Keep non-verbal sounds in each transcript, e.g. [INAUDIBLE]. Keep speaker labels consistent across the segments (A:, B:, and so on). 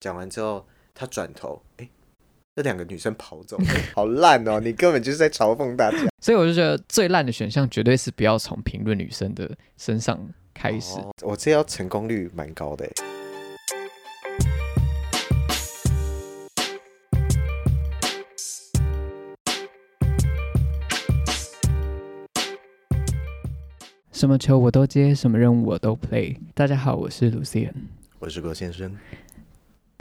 A: 讲完之后，他转头，哎、这两个女生跑走了，好烂哦！你根本就是在嘲讽大家。
B: 所以我就觉得最烂的选项绝对是不要从评论女生的身上开始。
A: 哦我这要成功率蛮高的欸。
B: 什么球我都接，什么任务我都 play。大家好，我是 Lucian，
A: 我是郭先生，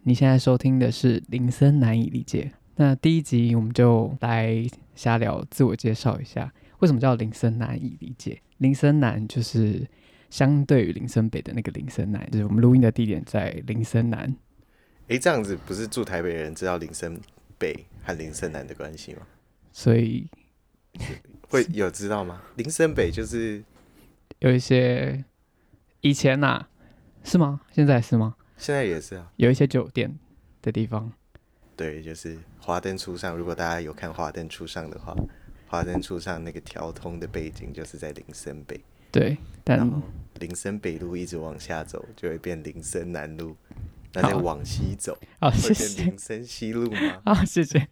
B: 你现在收听的是林森难以理解。那第一集我们就来瞎聊，自我介绍一下，为什么叫林森难以理解？林森南就是相对于林森北的那个林森南，就是我们录音的地点在林森南。
A: 哎、这样子不是住台北人知道林森北和林森南的关系吗？
B: 所以
A: 会有知道吗？林森北就是
B: 有一些以前呐、啊是吗？现在是吗？
A: 现在也是啊，
B: 有一些酒店的地方，
A: 对，就是《华灯初上》。如果大家有看《华灯初上》的话，《华灯初上》那个调通的背景就是在林森北，
B: 对，但
A: 然后林森北路一直往下走，就会变林森南路。那再
B: 好
A: 往西走，
B: 好，
A: 会
B: 哦谢
A: 变
B: [LAUGHS] 谢，
A: 林森西路
B: [LAUGHS]
A: 吗？
B: 好，谢谢。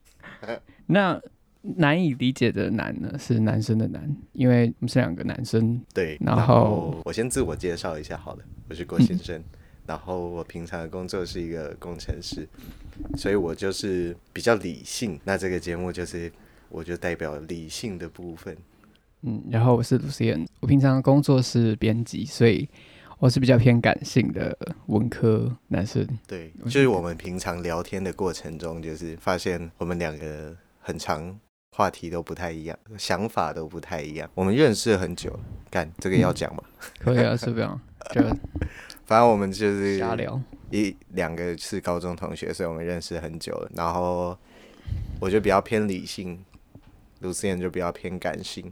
B: 那难以理解的难呢，是男生的难，因为我们是两个男生，
A: 对，
B: 然后嗯
A: 我先自我介绍一下好了，我是郭先生，然后我平常的工作是一个工程师，所以我就是比较理性。那这个节目就是我就代表理性的部分，
B: 嗯，然后我是 Lucian，我平常工作是编辑，所以我是比较偏感性的文科男生，
A: 对，就是我们平常聊天的过程中，就是发现我们两个很长话题都不太一样，想法都不太一样。我们认识很久了，干这
B: 嗯
A: 个要讲嘛，
B: 可以啊，是不是啊？就
A: 反正我们就是
B: 瞎聊，
A: 一两个是高中同学，所以我们认识很久了。然后我就比较偏理性，Lucian 就比较偏感性。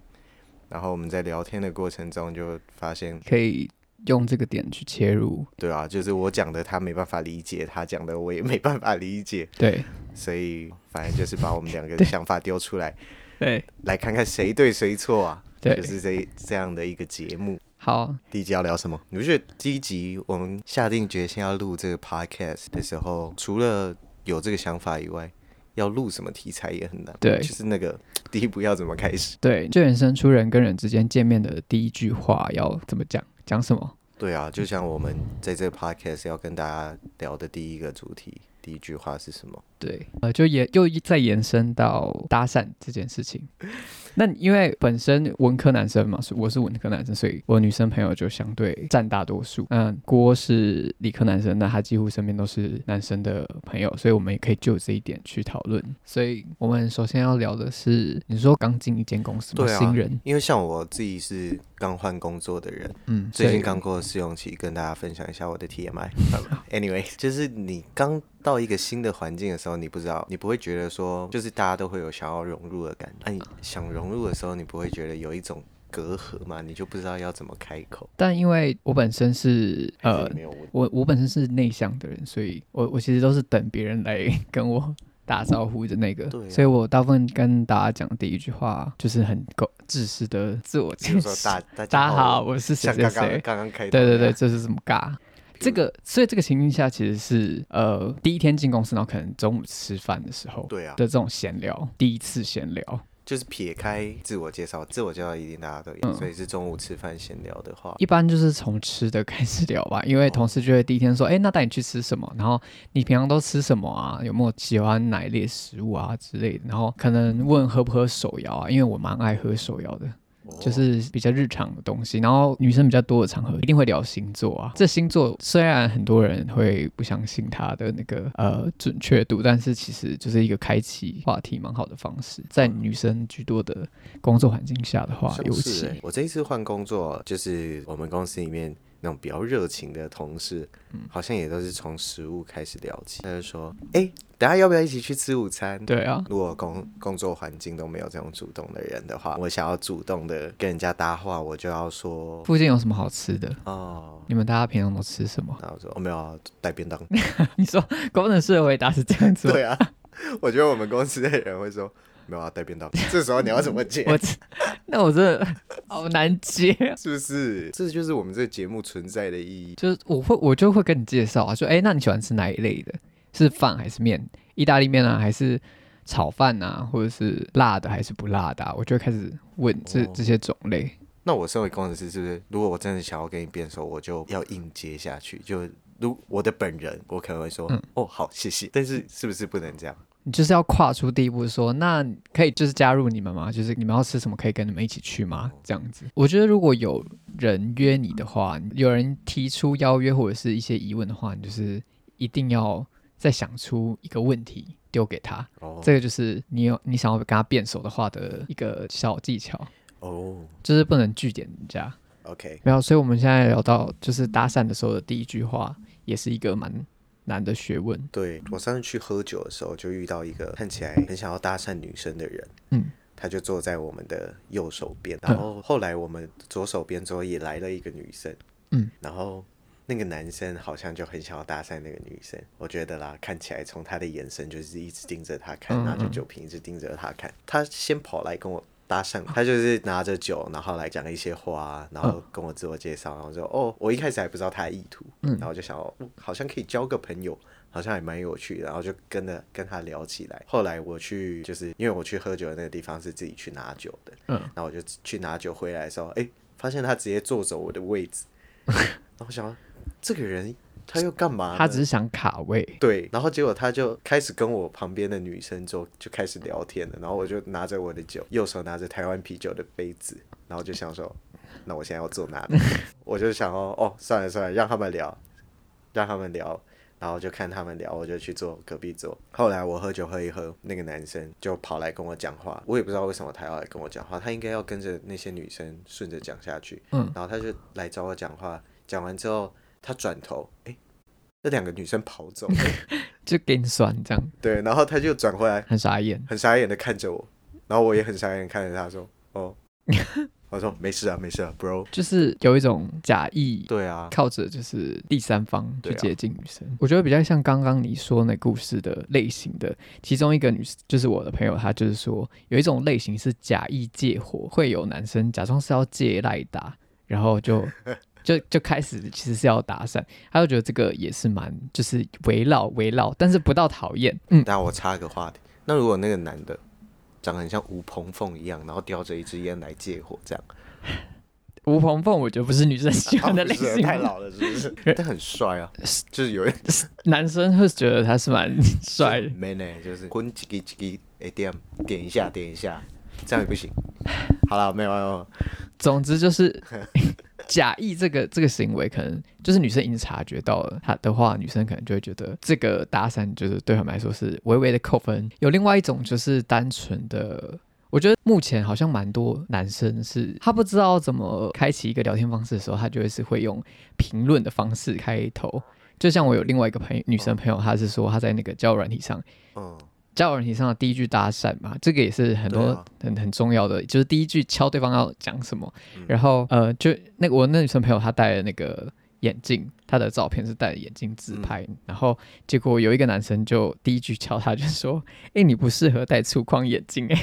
A: 然后我们在聊天的过程中就发现，
B: 可以用这个点去切入，
A: 对啊，就是我讲的他没办法理解，他讲的我也没办法理解，
B: 对
A: 所以反正就是把我们两个的想法丢出来，
B: 对
A: 来看看谁对谁错啊。
B: 对
A: 就，是这这样的一个节目。
B: 好，
A: 第一集要聊什么？你不觉得第一集我们下定决心要录这个 podcast 的时候，除了有这个想法以外，要录什么题材也很难。
B: 对
A: 就是那个第一步要怎么开始？
B: 对，就衍生出人跟人之间见面的第一句话要怎么讲，讲什么？
A: 对啊，就像我们在这个 podcast 要跟大家聊的第一个主题，第一句话是什么？
B: 对，呃，就也又再延伸到搭讪这件事情。那因为本身文科男生嘛，是我是文科男生，所以我女生朋友就相对占大多数。嗯，郭是理科男生，那他几乎身边都是男生的朋友，所以我们也可以就这一点去讨论。所以我们首先要聊的是，你说刚进一间公司嘛，
A: 对啊
B: 新人，
A: 因为像我自己是刚换工作的人，
B: 嗯，
A: 最
B: 所
A: 近
B: 以
A: 刚过试用期，跟大家分享一下我的
B: [LAUGHS]
A: TMI。anyway，就是你刚到一个新的环境的时候，你不知道，你不会觉得说，就是大家都会有想要融入的感觉。那、你想融入的时候，你不会觉得有一种隔阂嘛？你就不知道要怎么开口。
B: 但因为我本身是
A: 还
B: 呃
A: 是没有问
B: 我我本身是内向的人，所以我我其实都是等别人来 [LAUGHS] 跟我打招呼的那个，
A: 对啊
B: 所以我大部分跟大家讲的第一句话就是很够自私的自我
A: 比
B: 介
A: 如说
B: 绍 [LAUGHS]
A: 大。大
B: 大
A: 家
B: 家好，，我是谁
A: 像
B: 谁
A: 刚刚
B: 谁。
A: 刚刚开头
B: 对
A: 那
B: 对
A: 样
B: 对，，这是什么尬？这个，所以这个情境下其实是呃，第一天进公司，然后可能中午吃饭的时候的
A: 对啊，
B: 这种闲聊，第一次闲聊，
A: 就是撇开自我介绍，自我介绍一定大家都有，
B: 嗯
A: 所以是中午吃饭闲聊的话，
B: 一般就是从吃的开始聊吧，因为
A: 哦
B: 同事就会第一天说，哎、那带你去吃什么？然后你平常都吃什么啊？有没有喜欢哪一类食物啊之类的？然后可能问喝不喝手摇啊，因为我蛮爱喝手摇的，
A: 哦
B: 就是比较日常的东西。然后女生比较多的场合一定会聊星座啊，这星座虽然很多人会不相信它的那个呃准确度，但是其实就是一个开启话题蛮好的方式，在女生居多的工作环境下的话，
A: 像
B: 尤
A: 是
B: 其
A: 欸我这一次换工作，就是我们公司里面那种比较热情的同事，
B: 嗯
A: 好像也都是从食物开始聊起。他就说：“哎、等下要不要一起去吃午餐？”
B: 对啊，
A: 如果工工作环境都没有这种主动的人的话，我想要主动的跟人家搭话，我就要说
B: 附近有什么好吃的？
A: 哦，
B: 你们大家平常都吃什么？ [LAUGHS]
A: 然后说我、哦、没有啊带便当。
B: 你说工程师的回答是这样子吗？
A: 对啊，我觉得我们公司的人会说没有啊带便当。 [LAUGHS] 这时候你要怎么接？
B: 我知那我真的好难接啊，
A: 是不是？这就是我们这个节目存在的意义。
B: 就是我会我就会跟你介绍啊，说哎、诶那你喜欢吃哪一类的？是饭还是面，意大利面啊，还是炒饭啊，或者是辣的还是不辣的、啊，我就会开始问这、
A: 哦
B: 这些种类。
A: 那我身为工程师，是不是如果我真的想要跟你辩手，我就要硬接下去？就如我的本人，我可能会说，哦，好，谢谢。但是是不是不能这样？
B: 你就是要跨出第一步说那可以就是加入你们吗？就是你们要吃什么，可以跟你们一起去吗？这样子，我觉得如果有人约你的话，有人提出邀约或者是一些疑问的话，你就是一定要再想出一个问题丢给他。
A: 哦
B: 这个就是你有你想要跟他辩手的话的一个小技巧，
A: 哦
B: 就是不能据点人家。
A: ，OK，
B: 没有，所以我们现在聊到就是搭讪的时候的第一句话，也是一个蛮难的学问。
A: 对我上次去喝酒的时候，就遇到一个看起来很想要搭讪女生的人，
B: 嗯，
A: 他就坐在我们的右手边，然后后来我们左手边之后也来了一个女生，
B: 嗯，
A: 然后那个男生好像就很想要搭讪那个女生，我觉得啦，看起来从他的眼神就是一直盯着她看，
B: 嗯
A: 拿着酒瓶一直盯着她看，他先跑来跟我。搭讪我，他就是拿着酒，然后来讲了一些话，啊然
B: 嗯
A: 后跟我自我介绍，然后说哦，我一开始还不知道他的意图，
B: 嗯
A: 然后就想哦，好像可以交个朋友，好像还蛮有趣的，然后就跟着跟他聊起来。后来我去，就是因为我去喝酒的那个地方是自己去拿酒的，
B: 嗯，
A: 然后我就去拿酒回来的时候，哎，发现他直接坐走我的位
B: [LAUGHS]
A: 置，然后我想这个人他又干嘛呢？
B: 他只是想卡位，
A: 对，然后结果他就开始跟我旁边的女生就就开始聊天了，然后我就拿着我的酒，右手拿着台湾啤酒的杯子，然后就想说，那我现在要坐哪里？我就想哦哦，算了算了，让他们聊，让他们聊，然后就看他们聊，我就去坐隔壁桌。后来我喝酒喝一喝，那个男生就跑来跟我讲话，我也不知道为什么他要来跟我讲话，他应该要跟着那些女生顺着讲下去，
B: 嗯，
A: 然后他就来找我讲话，讲完之后他转头，哎。那两个女生跑走了，
B: 就给你酸这样，
A: 对，然后他就转回来，
B: 很傻眼。
A: 很傻眼的看着我，然后我也很傻眼地看着他说：“
B: [LAUGHS]
A: 哦。”我说：“没事啊，没事啊，bro。
B: 就是有一种假”意，
A: 对啊，
B: 靠着就是第三方
A: 对
B: 去
A: 啊
B: 接近女生。我觉得比较像刚刚你说那故事的类型的，其中一个女就是我的朋友，她就是说有一种类型是假意借火，会有男生假装是要借赖打，然后
A: [LAUGHS]
B: 就就就开始其实是要搭讪，她就觉得这个也是蛮就是围绕围绕，但是不到讨厌，嗯，
A: 那我插个话题，那如果那个男的长得很像吴鹏凤一样，然后叼着一支烟来借火，这样
B: 吴鹏凤我觉得不是女生喜欢
A: [LAUGHS]
B: 的类
A: 啊不
B: 型
A: 是，太老了，是不是？ [LAUGHS] 但很帅
B: [LAUGHS]
A: 啊，就是有一
B: 男生会觉得他是蛮 [LAUGHS] 帅的。
A: 没呢，就是滚叽叽叽叽，哎点点一下，点一下，这样也不行。好了，没有没有，
B: 总之就是 [LAUGHS] 假意这个这个行为，可能就是女生已经察觉到了，她的话，女生可能就会觉得这个搭讪就是对他们来说是微微的扣分。有另外一种就是单纯的。我觉得目前好像蛮多男生是，他不知道怎么开启一个聊天方式的时候，他就会是会用评论的方式开头。就像我有另外一个朋友女生朋友，她是说她在那个交友软体上，
A: 嗯，
B: 交友软体上的第一句搭讪嘛，这个也是很多、
A: 对啊
B: 很很重要的，就是第一句敲对方要讲什么，
A: 嗯
B: 然后呃，就那个我那女生朋友她戴了那个眼镜，她的照片是戴着眼镜
A: 嗯
B: 自拍，然后结果有一个男生就第一句敲她就说：“ [LAUGHS] 哎、你不适合戴粗框眼
A: [LAUGHS]
B: 镜。”哎，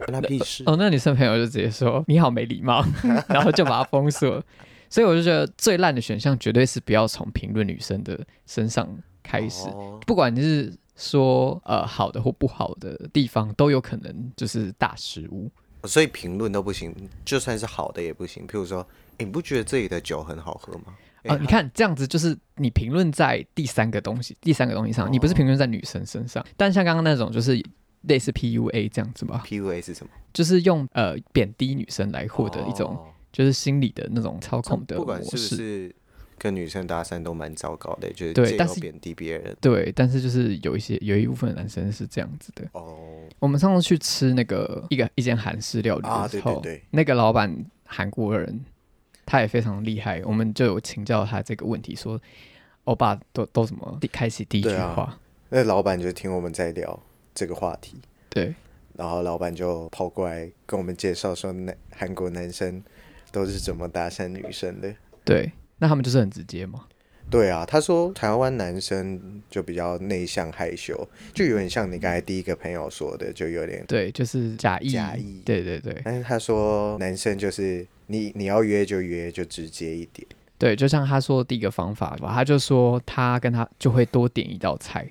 A: 跟他屁事。
B: 哦，那女生朋友就直接说：“你好没
A: [LAUGHS]
B: 礼貌。” [LAUGHS] 然后就把她封锁。所以我就觉得最烂的选项绝对是不要从评论女生的身上开始，
A: 哦
B: 不管你是说呃好的或不好的地方，都有可能就是大失误。
A: 所以评论都不行，就算是好的也不行。譬如说，诶你不觉得这里的酒很好喝吗？
B: 啊、
A: 诶
B: 你，看这样子就是你评论在第三个东西，第三个东西上，
A: 哦
B: 你不是评论在女生身上，但像刚刚那种就是类似 PUA 这样子吧，
A: PUA 是什么？
B: 就是用呃贬低女生来获得一种
A: 哦
B: 就是心理的那种操控的
A: 不
B: 模
A: 管是不
B: 式。
A: 是跟女生搭讪都蛮糟糕的，就是
B: 对
A: 借
B: 但
A: 由
B: 是
A: 贬低别人。
B: 对，但是就是有一些有一部分的男生是这样子的。
A: 哦，
B: 我们上次去吃那个一个一间韩式料理
A: 啊
B: 的时
A: 对
B: 候，
A: 对对
B: 那个老板韩国人，他也非常厉害，我们就有请教他这个问题，说欧巴都都怎么开启第一句
A: 对啊
B: 话？
A: 那老板就听我们在聊这个话题，
B: 对，
A: 然后老板就跑过来跟我们介绍说，那韩国男生都是怎么搭讪女生的。
B: 对，那他们就是很直接嘛。
A: 对啊，他说台湾男生就比较内向害羞，就有点像你刚才第一个朋友说的，就有点
B: 对，就是假意。
A: 假意
B: 对对对
A: 但是他说男生就是你你要约就约，就直接一点。
B: 对，就像他说的第一个方法吧，他就说他跟他就会多点一道菜，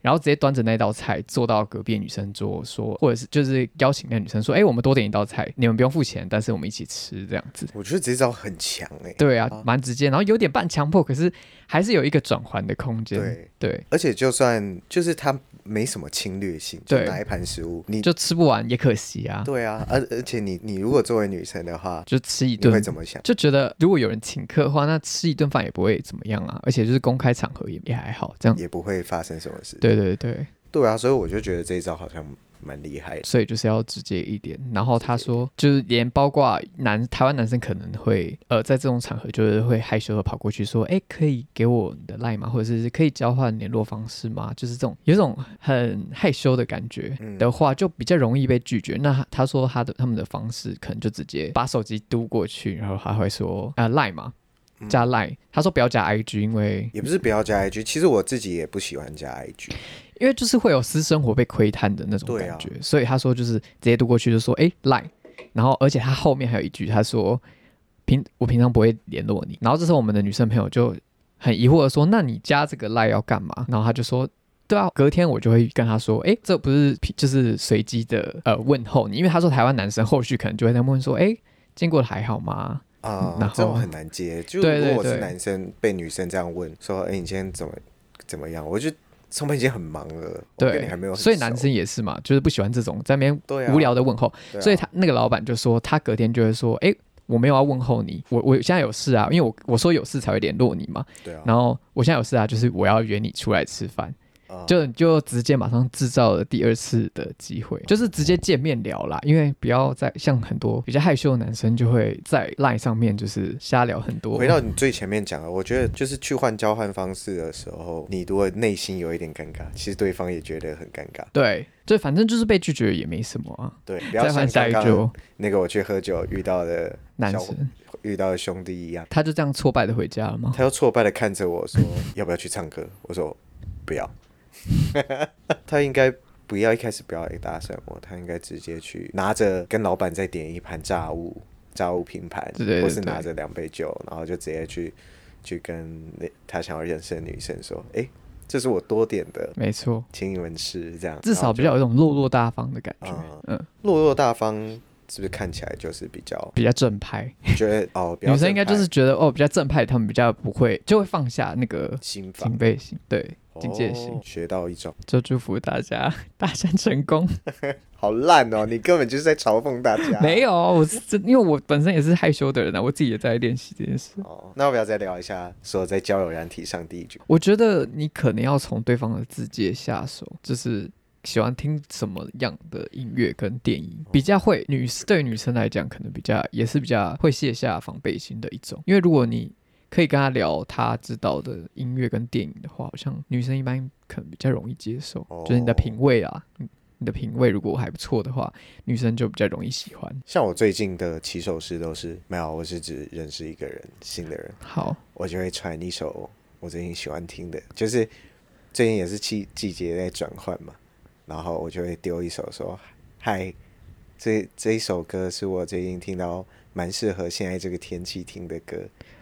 B: 然后直接端着那道菜坐到隔壁的女生桌说，或者是就是邀请那女生说，哎、我们多点一道菜，你们不用付钱，但是我们一起吃这样子。
A: 我觉得这招很强哎、
B: 对啊，蛮直接，然后有点半强迫，可是还是有一个转换的空间。
A: 对
B: 对，
A: 而且就算就是它没什么侵略性，就
B: 对
A: 拿一盘食物，你
B: 就吃不完也可惜啊，
A: 对啊，而而且你你如果作为女生的话，
B: 就吃一
A: 你会
B: 顿。
A: 怎么想？
B: 就觉得如果有人请客的话，那吃一顿饭也不会怎么样啊，而且就是公开场合也也还好，这样。
A: 也不会发生什么事。
B: 对对对，
A: 对啊，所以我就觉得这一招好像蛮厉害的。
B: 所以就是要直接一点。然后他说，就是连包括男台湾男生可能会呃，在这种场合就是会害羞的跑过去说，哎，可以给我你的 line 吗？或者是可以交换联络方式吗？就是这种有一种很害羞的感觉
A: 嗯
B: 的话，就比较容易被拒绝。那他他说他的他们的方式可能就直接把手机嘟过去，然后他会说啊、line 嘛，
A: 嗯
B: 加 line。他说不要加 IG，因为
A: 也不是不要加 IG，其实我自己也不喜欢加 IG。
B: 因为就是会有私生活被窥探的那种感觉，
A: 对啊
B: 所以他说就是直接渡过去就说哎赖，然后而且他后面还有一句他说平我平常不会联络你，然后这时候我们的女生朋友就很疑惑的说那你加这个赖要干嘛？然后他就说。对啊，隔天我就会跟他说，哎，这不是就是随机的呃问候你，因为他说台湾男生后续可能就会在问说，哎，见过的还好吗？
A: 啊、
B: 然后
A: 这种很难接。就
B: 对
A: 如
B: 对
A: 果我是
B: 对
A: 男生，被女生这样问说：“哎、你今天怎么怎么样？”我就上班已经很忙了，我跟
B: 对
A: 你还没有，很熟，
B: 所以男生也是嘛，就是不喜欢这种在那边
A: 对啊
B: 无聊的问候，
A: 对啊
B: 所以他那个老板就说，他隔天就会说，哎、我没有要问候你，我我现在有事啊，因为我我说有事才会联络你嘛，
A: 对啊，
B: 然后我现在有事啊，就是我要约你出来吃饭，
A: 啊
B: 就就直接马上制造了第二次的机
A: 嗯
B: 会，就是直接见面聊啦，因为不要再像很多比较害羞的男生就会在 line 上面就是瞎聊很多，
A: 回到你最前面讲的，我觉得就是去换交换方式的时候，你如果内心有一点尴尬，其实对方也觉得很尴尬。
B: 对，就反正就是被拒绝也没什么啊，
A: 对，不要
B: 再
A: 像
B: 换下
A: 刚
B: 一
A: 刚
B: 桌
A: 那个我去喝酒遇到的
B: 男
A: 小
B: 生。
A: 遇到的兄弟一样，
B: 他就这样挫败的回家了吗？
A: 他又挫败的看着我说：“要不要去唱歌？”我说：“不要。” [LAUGHS] 他应该不要一开始不要搭讪我，他应该直接去拿着跟老板再点一盘炸物，炸物拼盘，
B: 对对对
A: 或是拿着两杯酒，然后就直接去去跟那他想要认识的女生说：“哎、这是我多点的，
B: 没错，
A: 请你们吃。”这样
B: 至少比较有一种落落大方的感觉，
A: 啊、
B: 嗯，
A: 落落大方，是不是看起来就是比较
B: 比较正派。
A: 觉得哦？比较
B: 女生应该就
A: 正派
B: 是觉得哦，比较正派，他们比较不会就会放下那个
A: 心法
B: 警备心，对，警戒心。
A: 哦学到一招。
B: 就祝福大家 [LAUGHS] 大战
A: [LAUGHS]
B: 成功。
A: 好烂
B: [LAUGHS]
A: 哦！你根本就是在嘲讽大家。
B: 没有，我是真，因为我本身也是害羞的人啊，我自己也在练习这件事。
A: 哦，那要不要再聊一下说在交友软体上第一句？
B: 我觉得你可能要从对方的字节下手，就是喜欢听什么样的音乐跟电影，比较会女对女生来讲，可能比较也是比较会卸下防备心的一种。因为如果你可以跟她聊她知道的音乐跟电影的话，好像女生一般可能比较容易接受，
A: 哦
B: 就是你的品味啊，嗯你的品味如果还不错的话，女生就比较容易喜欢。
A: 像我最近的起手式都是没有，我是只认识一个人，新的人，
B: 好，
A: 我就会传一首我最近喜欢听的，就是最近也是季季节在转换嘛，然后我就会丢一首说嗨，这这一首歌是我最近听到蛮适合现在这个天气听的歌，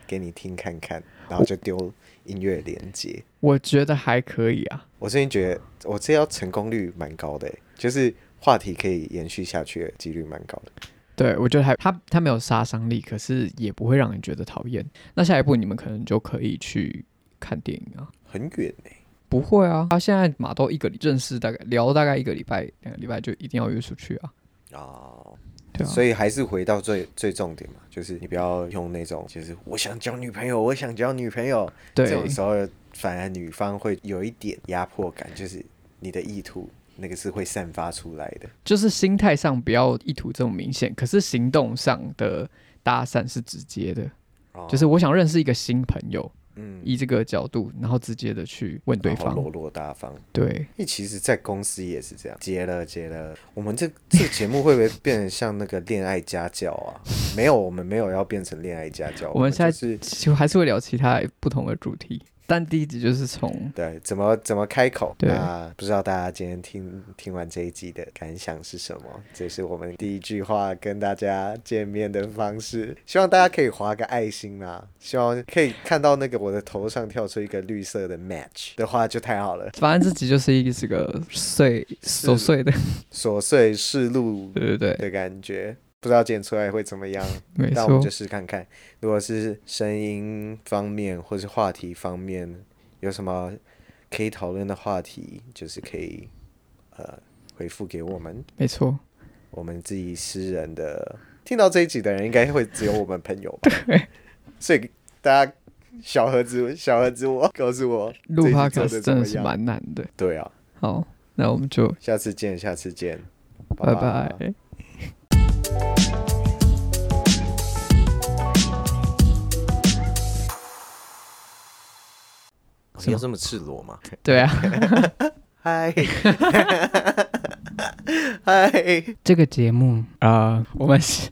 A: 给你听看看，然后就丢音乐连接。
B: 我觉得还可以啊。
A: 我最近觉得我这要成功率蛮高的欸，就是话题可以延续下去的几率蛮高的。
B: 对，我觉得还他他没有杀伤力，可是也不会让人觉得讨厌。那下一步你们可能就可以去看电影啊。
A: 很远哎、
B: 不会啊，他现在马都一个礼认识大概聊大概一个礼拜两个礼拜就一定要约出去啊。
A: 哦，
B: 对啊，
A: 所以还是回到最最重点嘛，就是你不要用那种就是我想交女朋友，我想交女朋友这
B: 对
A: 种时候，反而女方会有一点压迫感，就是你的意图那个是会散发出来的。
B: 就是心态上不要意图这么明显，可是行动上的搭讪是直接的，
A: 哦
B: 就是我想认识一个新朋友，
A: 嗯，
B: 以这个角度，然后直接的去问对
A: 然后
B: 方。
A: 落落大方。
B: 对，
A: 因为其实，在公司也是这样，结了结了，我们这这个节目会不会变成像那个恋爱家教啊？没有，我们没有要变成恋爱家教，
B: 我们现在
A: 就是
B: 就还是会聊其他不同的主题。但第一集就是从
A: 对，怎么怎么开口？
B: 对
A: 那不知道大家今天听听完这一集的感想是什么？这是我们第一句话跟大家见面的方式，希望大家可以划个爱心啦，希望可以看到那个我的头上跳出一个绿色的 match 的话就太好了。
B: 反正这集就是一个这个碎琐碎的， [LAUGHS]
A: 琐碎事路
B: 对对对，
A: 的感觉，不知道剪出来会怎么样，
B: 没
A: 那我们
B: 错
A: 就，试看看。如果是声音方面或是话题方面有什么可以讨论的话题，就是可以呃回复给我们。
B: 没错。
A: 我们自己私人的，听到这一集的人应该会只有我们朋友吧？ [LAUGHS] 所以大家小盒子小盒子我告诉我
B: 录
A: 这一集做得
B: podcast
A: 怎
B: 真
A: 么
B: 的是
A: 样
B: 蛮难的。
A: 对啊，
B: 好，那我们就
A: 下次见，下次见，
B: 拜
A: 拜
B: 拜。
A: 哦要这么赤裸吗？
B: 对啊，
A: [LAUGHS] 嗨， [LAUGHS] 嗨， [LAUGHS]
B: 这个节目啊、呃我们是